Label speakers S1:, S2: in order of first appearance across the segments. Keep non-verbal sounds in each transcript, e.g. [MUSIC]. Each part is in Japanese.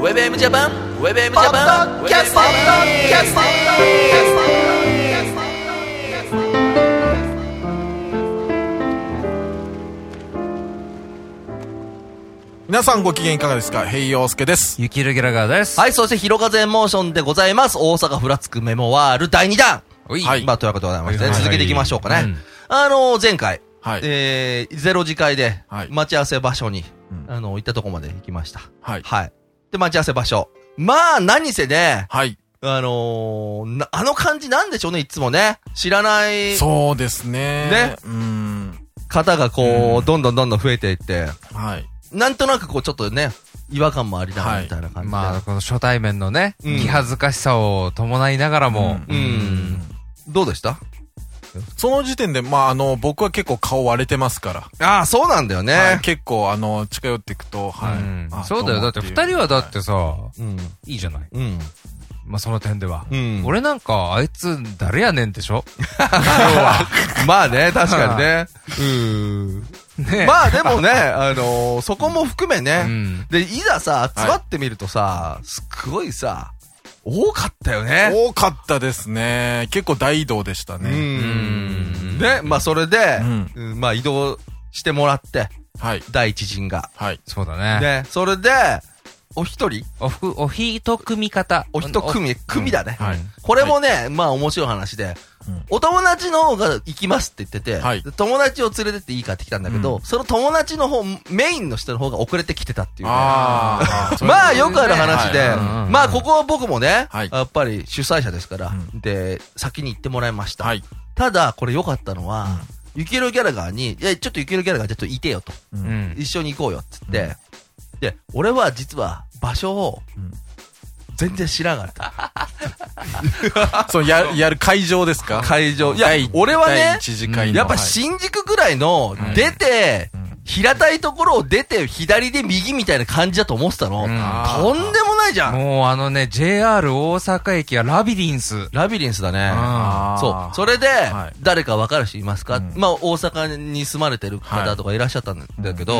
S1: ウェブエムジャパンウェブエムジャパン
S2: キャスティングキャスティング
S3: 皆さんご機嫌いかがですかヘイヨウスケです。
S4: ゆきるゲラガーです。
S1: はい、そして、広風モーションでございます。大阪ふらつくメモワール第2弾
S4: おい
S1: まあ、というわけでございまして、
S4: はいはい
S1: 続けていきましょうかね。
S4: うん
S1: あのー前回、
S3: はい
S1: えー、ゼロ次会で
S3: はい、
S1: 待ち合わせ場所に、
S3: うん
S1: あのー行ったとこまで行きました。
S3: はい。
S1: はい。で、待ち合わせ場所。まあ、何せね、
S3: はい。
S1: あのーなあの感じなんでしょうね、いつもね。知らない
S3: そうですね。
S1: ね。
S3: うん。
S1: 方がこう、
S3: うん
S1: どんどんどんどん増えていって、
S3: はい。
S1: なんとなくこう、ちょっとね、違和感もありながら
S3: はい
S1: みたいな感じで。
S4: まあ、この初対面のね、
S1: うん
S4: 気恥ずかしさを伴いながらも、
S1: うんどうでした
S3: その時点で、まあ、あの、僕は結構顔割れてますから。
S1: ああ、そうなんだよね。
S3: はい結構、あの、近寄っていくと、
S4: う
S3: はい
S4: ん。
S3: あ
S4: そうだよ。
S3: ど
S4: だっ
S3: も
S4: て
S3: い
S4: 二
S3: う
S4: 人はだっ
S3: は
S4: てさ、
S1: うん。
S4: いいじゃない。
S1: うん。
S4: まあその点では
S1: う。ん。
S4: 俺なんか、あいつ、誰やねんでしょ
S1: [LAUGHS] まあね、確かにね。うん。
S4: ね
S1: まあでもね、あのーそこも含め
S4: う
S1: ね。
S4: ん。
S1: で、いざさ、集まってみるとさ、すっごいさ、多かったよね。
S3: 多かったですね。結構大移動でした
S1: う
S3: ね。
S1: ん。ね、まあそれで
S3: うん、
S1: うんまあ移動してもらって、
S3: はい。
S1: 第一陣が。
S3: はい。
S4: そうだね。
S1: ね、それで、お一人
S4: おふ、おひと組方。
S1: お一組、組だね。
S3: はい
S1: これもね、まあ面白い話で
S3: うん、
S1: お友達の方が行きますって言ってて
S3: はい、
S1: で友達を連れてっていいかって来たんだけど、その友達の方、メインの人の方が遅れてきてたっていうね。
S3: ああ。
S1: まあよくある話で
S3: はい
S4: うんうんう、ん
S1: まあここは僕もね、
S3: はい
S1: やっぱり主催者ですから、
S3: う
S1: で、先に行ってもらいました。
S3: はい。
S1: ただ、これ良かったのは、ゆきろギャラガーに、いや、ちょっとゆきろギャラガーちょっといてよと。
S3: う。
S4: うんん。
S1: 一緒に行こうよって言って、で、俺は実は場所を
S3: うん
S1: 全然知らなかっ
S3: そう、やる、やる会場です
S1: た。
S3: か
S1: 会場。いや
S3: 第、
S1: 俺は
S3: 第
S1: ね、
S3: 一次会の
S1: やっぱ
S3: はい
S1: 新宿ぐらいの
S4: は、い
S1: 出て
S3: うん、
S1: 平たいところを出て、左で右みたいな感じだと思ってたの。
S4: う
S1: とん
S4: ん
S3: あー
S1: でもないじゃん。
S4: もうあのね、JR 大阪駅はラビリンス。
S1: ラビリンスだね。
S4: あ
S3: あー
S1: そう。それで
S3: はい、
S1: 誰かわかる人いますか、
S3: うん
S1: まあ、大阪に住まれてる方とかいらっしゃったんだけど、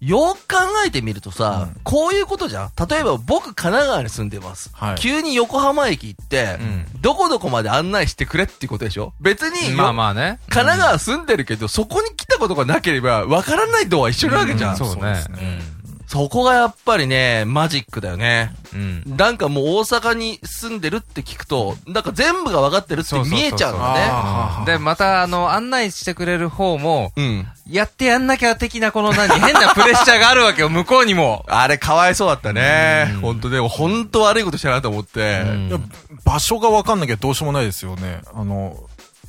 S1: よく考えてみるとさ、
S3: う
S1: こういうことじゃん。例えば僕神奈川に住んでます。
S3: はい
S1: 急に横浜駅行って、
S4: うん
S1: どこどこまで案内してくれっていうことでしょ別に、
S4: まあまあね。
S1: 神奈川住んでるけど、そこに来たことがなければ、わからないとは一緒なわけじゃん。
S4: うんそう
S3: そうで
S4: ね
S3: すね。
S1: そこがやっぱりね、マジックだよね。
S4: うん。うん
S1: なんかもう大阪に住んでるって聞くと、なんか全部が分かってるって見えちゃう
S4: そうそう
S1: の
S4: そうそう
S1: ね。
S3: あー
S4: で、また、あの、案内してくれる方も、
S1: うん。
S4: やってやんなきゃ的なこの
S3: [LAUGHS]
S4: 何、変なプレッシャーがあるわけよ、向こうにも。
S1: あれ、かわいそうだったね
S4: うん。
S1: 本当でも、本当悪いことしたなと思って。
S4: うん
S3: いや場所がわかんなきゃどうしようもないですよね。あの、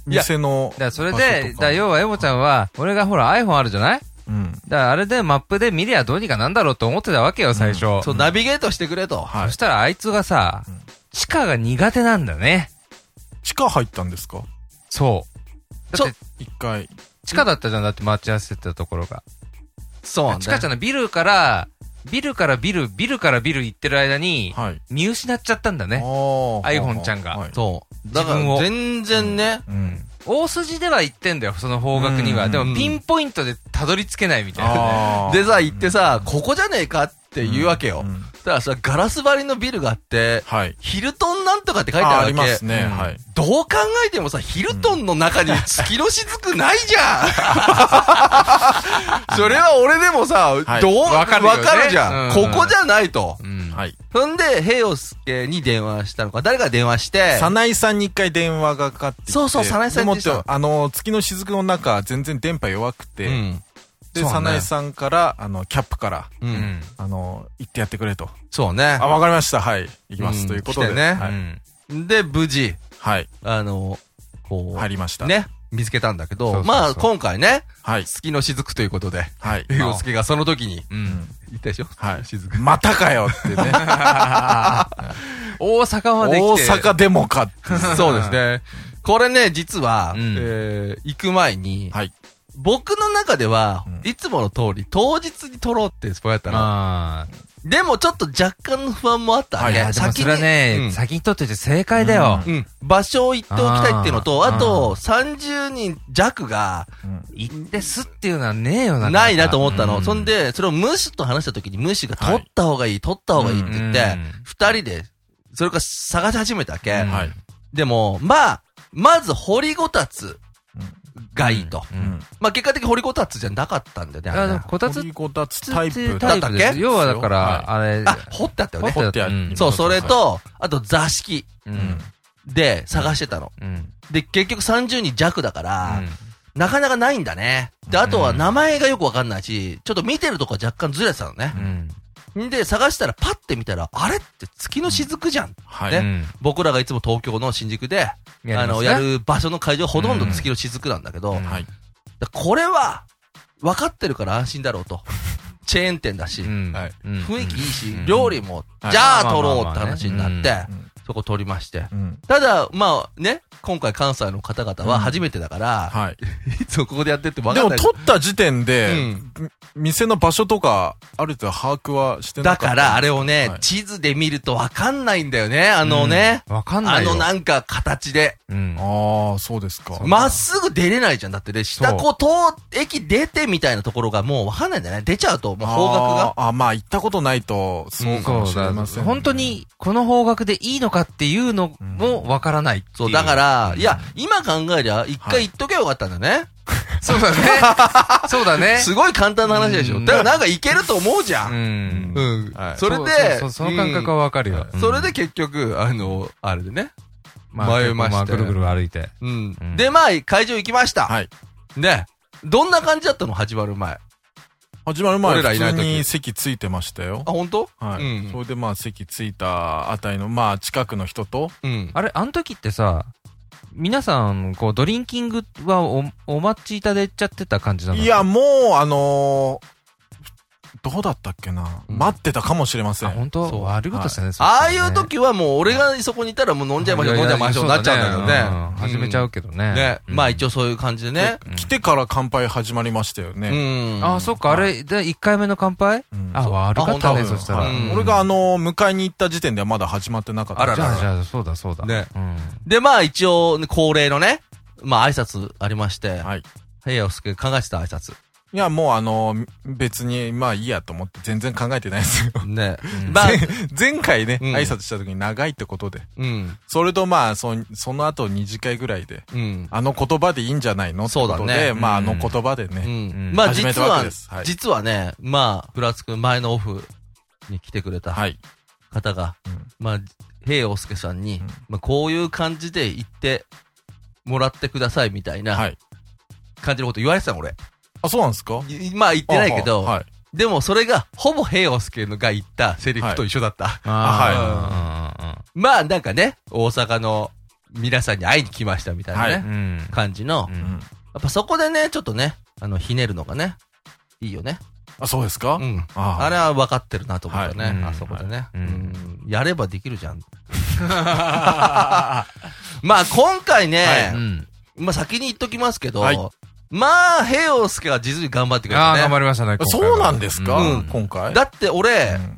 S1: いや
S3: 店の
S4: だか
S3: 場所
S4: ら
S3: と
S4: それ
S3: か。
S4: で、だから要はエモちゃんは、俺がほら iPhone あるじゃない
S3: うん。
S4: だからあれでマップで見りゃどうにかなんだろうと思ってたわけよ、最初。
S1: そう、ナビゲートしてくれと。
S3: は
S4: そ
S3: い
S4: し。たらあいつがさ
S3: うん、
S4: 地下が苦手なんだね。
S3: 地下入ったんですか
S4: そう。
S1: ちょ
S4: だって、
S3: 一回。
S4: 地下だったじゃん、だって待ち合わせてたところが。
S1: そうなん
S4: 地下
S1: だ
S4: じゃな
S1: よ。
S4: い、ビルから、ビルからビル、ビルからビル行ってる間に、
S3: はい。
S4: 見失っちゃったんだね。
S3: あー
S4: iPhone ちゃんが
S3: はい
S1: そう。だか
S4: 自分
S1: ら、
S4: を
S1: 全然ね。
S3: うん。
S4: 大筋では行ってんだよ、その方角に
S3: う
S4: は。
S3: ん
S4: でもピンポイントでたどり着けないみたいな。
S3: あー
S1: [LAUGHS] でさ、行ってさ、ここじゃねえかって言うわけよ。
S3: うん
S1: たださ、ガラス張りのビルがあって、
S3: はい。
S1: ヒルトンなんとかって書いてある
S3: あ
S1: わ
S3: あ
S1: け。
S3: りますね。
S4: うん
S3: はい。
S1: どう考えてもさ、ヒルトンの中に月の雫ないじゃんそれは俺でもさ、
S3: はい
S1: どう、わ
S4: わ
S1: か
S4: かる
S1: る
S4: よね
S1: じゃん、
S4: うんうん
S1: ここじゃないと。
S4: うん
S3: はい。
S1: そんで、平洋介に電話したのか、誰か電話して、
S3: 早苗さんに一回電話がかかってきて。
S1: そうそう早苗さんに
S3: でもってあの、月の雫の中、全然電波弱く
S1: う
S3: て。
S1: ん。
S3: で、
S4: そうね
S3: 早苗さんから、あの、キャップから、
S1: う。
S4: うんん。
S3: あの、行ってやってくれと。
S1: そうね
S3: あ、。わかりました。はい。行きま
S1: うん
S3: す。ということ
S1: 来
S3: で。
S1: てね
S3: は
S4: う
S3: い。
S4: ん
S1: で、無事、
S3: はい。
S1: あの、こう、
S3: 入りました。。
S1: ね、見つけたんだけど、
S4: そうそうそう
S1: まあ、今回ね、
S3: はい。
S1: 月の雫ということで、
S3: はい。
S1: 平洋介がその時に
S4: う
S3: うんん。
S1: 言ったでしょ
S3: はい
S1: 雫。
S3: またかよってね。
S4: 大阪まで
S3: 大
S4: 来て。
S3: 阪でもかって。
S1: そうですね。これね、実は、
S4: うん
S1: えー行く前に、
S3: はい。
S1: 僕の中では、
S3: うん
S1: いつもの通り、当日に撮ろうって、そうやったら、
S4: ああ。
S1: でもちょっと若干の不安もあった
S4: い
S1: ね。
S4: や、でもそれは
S1: う
S4: ね、
S1: ん
S4: 先に取っといて正解だよ。
S1: うん、場所を言っておきたいっていうのと、
S4: あ
S1: あ
S4: ー
S1: と、30人弱が、
S4: 行ってすっていうのはねえよな。
S1: ないなと思ったの。
S4: う
S1: そんで、それをムッシュと話した時に、ムッシュが取った方がいい、取った方がいいって言って
S4: うん、
S1: 二、人で、それから探し始めたけ。
S4: うん
S3: はい。
S1: でも、まあ、まず、掘りごたつがいいと。
S4: う
S3: うんん。
S1: まあ、結果的に掘りごたつじゃなかったんだよね
S4: い
S1: あ
S4: や、
S1: れ
S4: で
S1: ね
S4: も。こた
S3: 掘
S4: つ
S3: りごたつタ
S4: タ
S3: イ
S4: イ
S3: プ
S4: プ
S1: だったっけ
S4: です要はだから、あれ、
S1: あ、掘ってあったよね。
S3: 掘ってあ
S4: う
S3: る
S4: ん。
S1: そう、それ、と、あと座敷
S4: うん。
S1: で探してたの。
S4: うん。
S1: で、結局30人弱だから、なかなかないんだね。で、あとは名前がよくわかんないし、ちょっと見てるとこは若干ずれてたのね
S4: う。ん。
S1: んで、探したらパッて見たら、あれって月の雫じゃん。
S3: はい。
S1: ね
S4: うん
S1: 僕らがいつも東京の新宿で、
S4: りますね
S1: あの、やる場所の会場ほとんど月の雫なんだけど、
S4: うん
S3: はい。
S1: だこれは、分かってるから安心だろうと。チェーン店だし、
S4: うん
S3: はい
S4: うん
S1: 雰囲気いいし、
S4: うん
S1: 料理も、
S3: はい
S1: じゃあ
S4: まあま
S1: 取
S4: あまあ
S1: ろうって話になって、
S3: うん
S1: そこ取りまして。
S3: うん。
S1: ただ、まあね、今回関西の方々は初めてだから、
S3: はい。
S1: いつもここでやってって分
S3: で
S1: か
S3: も、
S1: んない。
S3: 取った時点で、
S1: うん
S3: 店の場所とか、ある程度把握はしてな
S1: だ
S3: かった。
S1: から、あれをね、
S3: はい
S1: 地図で見ると分かんないんだよね、あのね。
S4: わかんな
S1: あ
S4: いよ。
S1: のなんか形で。
S4: うん。
S3: ああ、そうですか。
S1: まっすぐ出れないじゃん。だってね、下こう、通、駅出てみたいなところがもうわかんないんだよね。出ちゃうと、もう方角が。
S3: あーあ、まあ、行ったことないと、そうかもしれませんね。
S4: 本当に、この方角でいいのかっていうのもわからないってい
S1: そう、だか、ら、
S4: ん
S1: いや、今考えりゃ、一回言っとけばよかったんだね。
S4: そうだ
S1: [LAUGHS]
S4: ね。そうだね。
S1: すごい簡単な話でしょ。
S4: うん
S1: だからなんかいけると思うじゃ。
S4: うんん
S1: う。ん。
S3: はい
S1: それ
S4: う
S1: で、
S4: そうそうその感覚はわかるよ
S1: う。んそれで結局、あの、あれでね。
S4: まあ、
S1: 迷い
S4: 迷
S1: ま
S4: ま
S1: して
S4: あ、ぐるぐる歩いて。
S1: うん
S4: うん。
S1: で、まあ、会場行きました。
S3: はい。
S1: ね。どんな感じだったの始まる前。あ、
S3: 始まる前、
S1: 俺らいない
S3: 普
S1: 時
S3: 通に席ついてましたよ。
S1: 本当？
S3: はい。
S1: うん
S3: それでまあ席ついたあたりの、まあ近くの人と、
S1: うん。
S4: あれ、あの時ってさ、皆さん、こう、ドリンキングはお、お待ちいただいちゃってた感じなの
S3: いや、もう、あのーどうだったっけな、
S1: うん
S3: 待ってたかもしれませ
S4: あ、
S3: ん。
S4: 本当
S1: そう
S4: 悪いことしたね、それ
S1: ああいう時はもう俺がそこにいたらもう飲んじゃいましょう、飲んじゃいましょうなっちゃうんだよね。
S4: 始めちゃうけどね。
S1: ね。
S4: うん
S1: まあ一応そういう感じでね。
S4: うん
S3: 来てから乾杯始まりましたよ
S1: う
S3: ね。
S1: ん。
S4: あ、そっか、あれ、で、1回目の乾杯
S3: うん
S4: あ、悪かった
S1: あ
S4: ね、
S1: 本
S4: そ
S1: 当
S4: したら
S1: う。ん
S3: 俺があのー迎えに行った時点ではまだ始まってなかった。
S1: あら
S4: じゃあ、じゃあ、そうだ、そうだ。
S1: ね
S4: うん。
S1: で、まあ一応、恒例のね、まあ挨拶ありまして、
S3: はい。
S1: 平洋介考えてた挨拶。
S3: いや、もうあのー別に、まあいいやと思って全然考えてないですよ。
S1: ね。
S4: うん
S3: [LAUGHS]
S1: まあ、
S3: 前回ね、
S1: うん
S3: 挨拶した時に長いってことで。
S1: うん、
S3: それとまあ、そその後二次会ぐらいで、
S1: うん。
S3: あの言葉でいいんじゃないの
S1: そうだね
S3: ってことで、まああ
S4: うん
S3: の言葉でね。
S1: うん
S4: ん。
S1: まあ
S3: 始め
S1: 実
S3: たわけ
S1: は
S3: ですは、い
S1: 実はね、まあ、ふらつくん前のオフに来てくれた
S3: はい。
S1: 方が
S3: うん、
S1: まあ、平洋介さんに
S3: うん、
S1: まあこういう感じで言ってもらってくださいみたい
S3: は。
S1: ない感じのこと言われてたの俺。
S3: あ、そうなんですか
S1: いまあ言ってないけど、
S3: あはい。
S1: でもそれが、ほぼ平洋介のが言ったセリフと一緒だった。
S4: あ
S1: まあなんかね、大阪の皆さんに会いに来ましたみたいなね、
S3: はい
S4: ーうん。うん
S1: 感じの、
S4: う。
S1: や
S3: うんん。
S1: っぱそこでね、ちょっとね、あの、ひねるのがね、いいよね。
S3: あ、そうですか
S1: うん。
S3: あ
S1: あれは分かってるなと思ったね、
S4: はいうん
S1: あそこでね、
S4: はい
S1: うんやればできるじゃん。まあ今回ね、
S4: うん
S1: まあ先に言っときますけど、
S3: はい
S1: まあ、平洋介は実に頑張ってくれ
S4: あ
S1: た
S4: あ、
S1: ね。
S4: 頑張りましたね。今回は
S3: そうなんですか、
S1: うん
S3: 今回
S1: だって俺、
S3: うん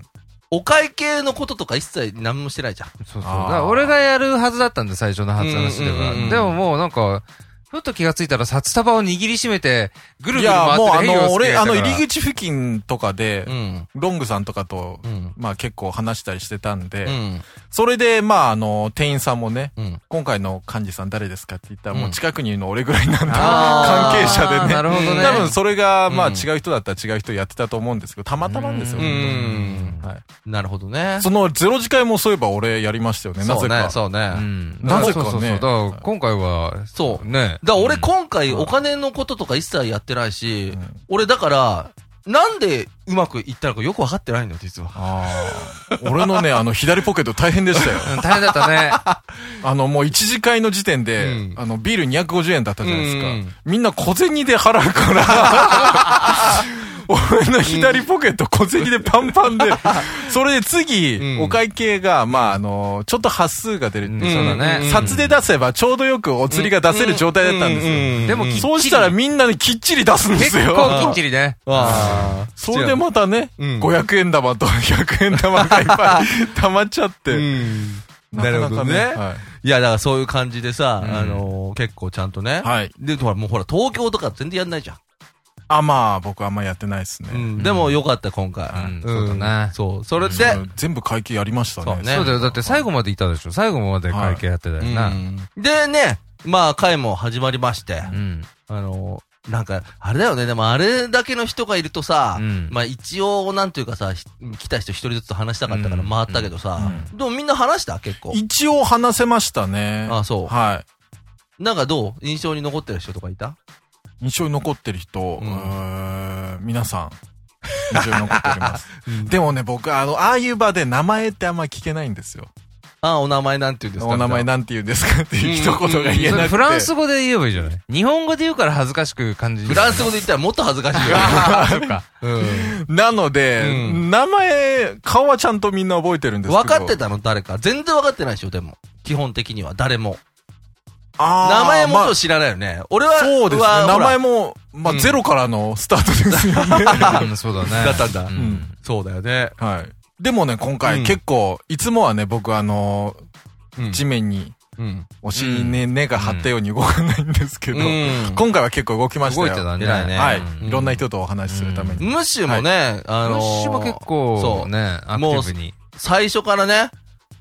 S1: お会計のこととか一切何もしてないじゃん。
S4: そうそう。だ
S3: あー
S4: から俺がやるはずだったんで、最初の初話で
S1: うんうんうんうん
S4: は。でももうなんか、ふっと気がついたら札束を握りしめて、ぐるぐる
S3: いや、
S4: 回って
S3: もう
S4: る
S3: あ
S4: ヘイを
S3: の、
S4: つけて
S3: 俺、
S4: た
S3: あ
S4: から
S3: の、入り口付近とかで、
S1: うん。
S3: ロングさんとかと、
S1: うん。
S3: まあ結構話したりしてたんで、
S1: うん。
S3: それで、まああの、店員さんもね、
S1: うん。
S3: 今回の幹事さん誰ですかって言ったら、
S1: うん
S3: もう近くにいるの俺ぐらいなんで、
S4: あ
S3: 関
S4: ー
S3: 係者でね。
S4: なるほどね。
S3: 多分それが、まあ
S1: うん
S3: 違う人だったら違う人やってたと思うんですけど、たまたまですよ、
S1: うん
S3: 本当にはい
S1: なるほどね。
S3: そのゼロ次回もそういえば俺やりましたよね、なぜか。
S1: そうね。そうね。
S4: うん。
S3: なぜかね
S4: そうそうそうだから今回は、
S1: そう
S4: ね。
S1: だから俺今回
S3: うん
S1: お金のこととか一切やってないし、
S3: うん
S1: 俺だから、なんでうまくいったのかよくわかってないんだよ、実は。
S3: あー俺のね、あの、左ポケット大変でしたよ。
S4: うん大変だったね。
S3: あの、もう一次会の時点で、
S1: うん
S3: あの、ビール250円だったじゃないですか。
S1: うん [LAUGHS]
S3: みんな小銭で払うから、俺の左ポケット小銭でパンパ
S1: [LAUGHS]
S3: ンで、それで次、
S1: うん
S3: お会計が、まあ、あの、ちょっと端数が出るっていうか、
S4: そうだね
S1: うん
S3: 札で出せばちょうどよくお釣りが出せる状態だったんですよ。
S4: でもきっちり
S3: そうしたらみんなできっちり出すんです
S4: 結
S3: よ。
S4: 構きっちりね。
S1: ああ。
S3: それでまたね、
S1: うん
S3: 500円玉と100円玉がいっぱ
S1: [LAUGHS]
S3: い溜まっちゃっ
S1: う
S3: て。
S1: ん。なるほどね。
S3: はい
S1: や、だからそういう感じでさ、
S3: うん
S1: あのー結構ちゃんとね。
S3: い。はい。
S1: で、ほら、もうほら、東京とか全然やんないじゃん。
S3: あ、まあ、僕あんまやってないですね。
S1: うんでもよかった、今回。
S4: うんそうだね
S1: そう。それで、
S3: うん全部会計やりました
S1: そう
S3: ね。
S1: ね
S4: そうだよ。だって最後までいたでしょ。最後まで会計やってたよな。
S1: でね、まあ、会も始まりまして、
S4: うん。
S1: あのーなんか、あれだよね、でもあれだけの人がいるとさ、
S4: うん
S1: まあ一応、なんていうかさ、ひ来た人一人ずつ話したかったから
S4: うん
S1: 回ったけどさ、でもみんな話した結構。
S3: 一応話せましたね。
S1: あそう
S3: はい。
S1: なんかどう印象に残ってる人とかいた
S3: 印象に残ってる人、
S1: うん
S3: うーん皆さん、印象に残っており
S1: [LAUGHS]
S3: ます。でもね、僕、あの、ああいう場で名前ってあんま聞けないんですよ。
S1: あ、お名前なんて言うんですか
S3: お名前
S1: な
S3: なんて言うんですかっていう一言が言え
S4: そ
S3: なく
S4: れ
S3: て。
S4: フランス語で言えばいいじゃない。日本語で言うから恥ずかしく感じる。
S1: フラン
S4: ス
S1: ス語で言ったらもっと恥ずかしいよ。
S4: とか。
S1: う
S3: なので、
S1: うん
S3: 名前、顔はちゃんとみんな覚えてるんで
S1: ん。
S3: すけど。
S1: 分かってたの誰か。全然分かってないでしょ、でも。基本的には、誰も。
S3: あー
S1: 名前も
S3: まあ
S1: そう知らないよね。俺は、
S3: そうですね。
S1: は
S3: 名前
S1: も。
S3: も、まあ、
S1: うん
S3: ゼロからのスタートですよね。 [LAUGHS]
S4: うんそうだね。
S1: だったんだ
S4: う
S3: うん
S4: ん。
S1: そうだよね。
S3: はい。でもね、今
S1: う
S3: 回
S1: ん
S3: 結構、いつもはね、僕あの、
S1: うん
S3: 地面に、
S1: うん。
S3: お尻に根が張ったように動かないんですけど、
S1: うん
S3: 今回は結構動きました
S4: 動
S3: よ。
S4: いてたね。
S1: 偉いね
S3: はい、
S4: うん
S3: いろんな人とお話しするために。
S1: ムッシュもね、あのー、
S4: 私も結構、ね、アクティブに。
S1: 最初からね、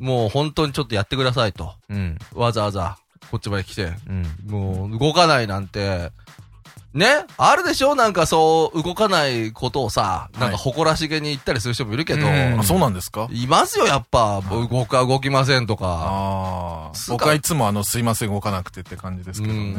S1: もう本当にちょっとやってくださいと。
S4: うん。
S1: わざわざ、こっちまで来て。
S4: うん。
S1: もう、動かないなんて、ねあるでしょなんかそう、動かないことをさ、なんか誇らしげに言ったりする人もいるけど、
S4: うん
S3: あそうなんですか
S1: いますよ、やっぱ。動くは動きませんとか。
S3: ああ
S1: す。か
S3: 僕はいつもあの、すいません、動かなくてって感じですけどね。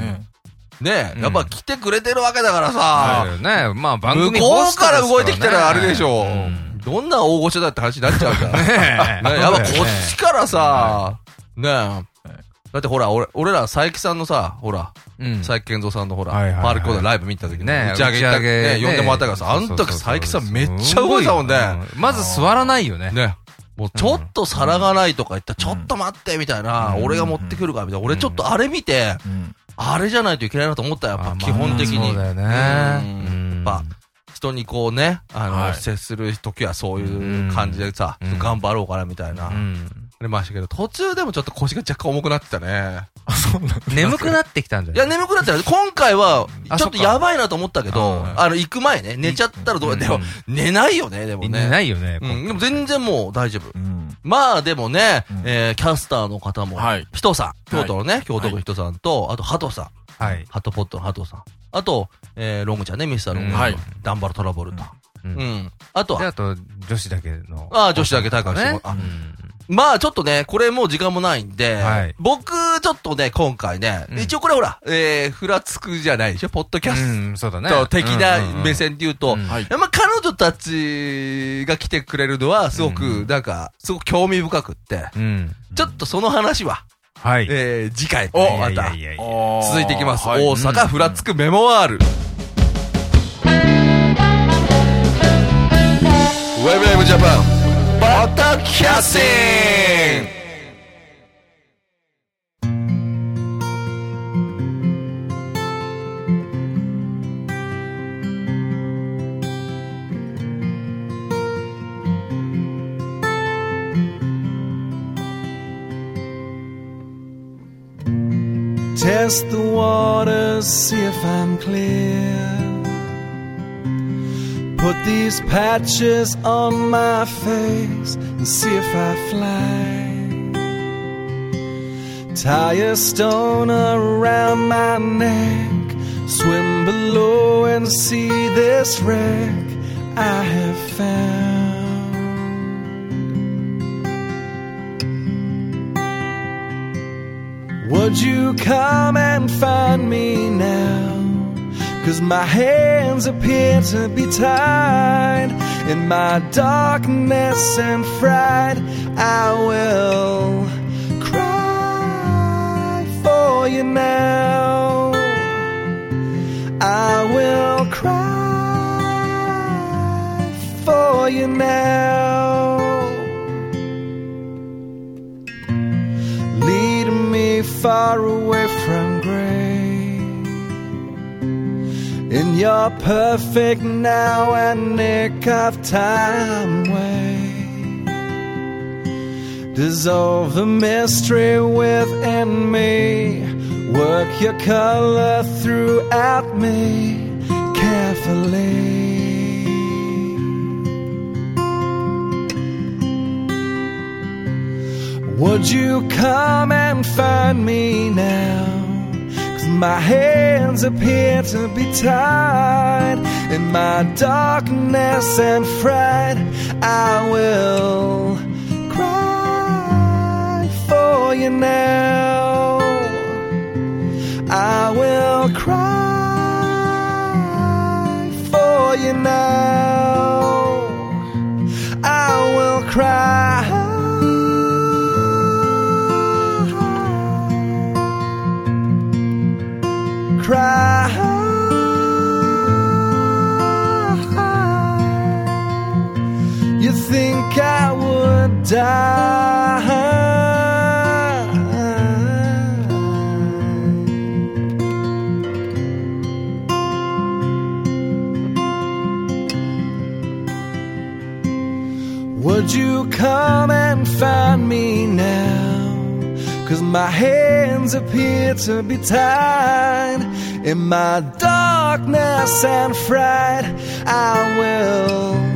S1: ね
S4: う
S1: え、
S4: ん
S1: やっぱ来てくれてるわけだから
S4: あ
S1: さ。
S4: あ、ね、まあ番
S1: 向
S4: 組
S1: こ
S4: ホ
S1: う
S4: スト
S1: か
S4: です
S1: ら
S4: ね
S1: 動いてきたらあれでしょ
S4: うん。
S1: どんな大御所だって話になっちゃうから。ね
S4: ね [LAUGHS]
S1: えやっぱこっちからさ、ねえ
S3: い。
S1: だってほら、俺、俺ら、佐伯さんのさ、ほら、
S4: うん
S1: 佐伯健三さんのほら、
S4: はいはいはい
S1: パールコーダライブ見た時に
S4: ね
S1: 打ち上げ行った、
S4: 打ち上げ
S1: ね
S4: ね
S1: 呼んでもらったからさ、あの
S4: そうそう
S1: 時
S4: そう
S1: 佐伯さんめっちゃ動いたもんね。
S4: うんまず座らないよね。
S1: ね。もうちょっと皿がないとか言ったら、ちょっと待ってみたいな、
S3: うん
S1: 俺が持ってくるからみたいな、俺ちょっとあれ見て、
S3: うん。
S1: あれじゃないといけないなと思ったよ、やっ
S4: あ
S1: ぱ基本的
S4: まあ
S1: に。
S4: そうだよね。
S1: うん
S4: うん
S1: やっぱ、人にこうね、あの、
S3: はい
S1: 接する時はそういう感じでさ、
S4: うん
S1: 頑張ろうかなみたいな、
S4: う
S1: あ
S4: ん
S1: りましたけど、途中でもちょっと腰が若干重くなってたね。
S3: あ、そうなんだ。
S4: 眠くなってきたんじゃ
S1: い
S4: な
S1: や、
S4: い
S1: 眠くなってたよ今回は、
S4: あ
S1: ちょっと
S4: そっか
S1: やばいなと思ったけど、
S3: あ
S1: あの、行く前ね、寝ちゃったらどうやっても、寝ないよね、でもね。
S4: 寝ないよね。
S1: うん、でも全然もう大丈夫。
S3: うん。
S1: まあでもね、
S3: うん
S1: えー、キャスターの方も、
S3: はい
S1: ひとさん、京都のね、京都区ひとさんと、あと、ハトさん、
S4: はい。
S1: ハトポットのハトさん、あと、えー、ロングちゃんね、ミスターロングちゃん、
S3: はい
S1: ダンバルトラボルと、
S4: う
S1: うんん。あと
S4: で、
S1: は、
S4: あと、女子だけの。
S1: ああ、女子だけ大会しても
S4: ね。
S1: あ
S4: うん
S1: まあちょっとね、これもう時間もないんで、
S4: はい
S1: 僕、ちょっとね、今回ね、
S4: うん
S1: 一応これほら、えー、ふらつくじゃないでしょ、ポッドキャス
S4: うんそうだね。
S1: ト的な
S4: うんうんうん
S1: 目線で言うと、
S4: うん
S3: はい。
S1: まあ、彼女たちが来てくれるのは、すご
S4: うんう
S1: く、
S4: ん
S1: なんか、すごく興味深くって、
S4: うん。
S1: ちょっとその話は、
S4: はい。
S1: えー、次回、
S4: いや
S1: ま
S4: いや
S1: た
S4: い、やいや
S1: 続
S3: 続
S1: いていきます。大阪ふらつくメモワール。ウェブウェブジャパン、バタキャッシン
S5: Test the waters, see if I'm clear. Put these patches on my face and see if I fly. Tie a stone around my neck, swim below and see this wreck I have found. Would you come and find me now? Cause my hands appear to be tied. In my darkness and fright, I will cry for you now. I will cry you now. Lead me far away from gray. In your perfect now and nick of time way. Dissolve the mystery within me. Work your color throughout me carefully. Would you come and find me now? Cause my hands appear to be tied in my darkness and fright. I will cry for you now. I will cry for you now. I will cry. Cry. You think I would die? Would you come and find me now? Cause my hands appear to be tied in my darkness and fright. I will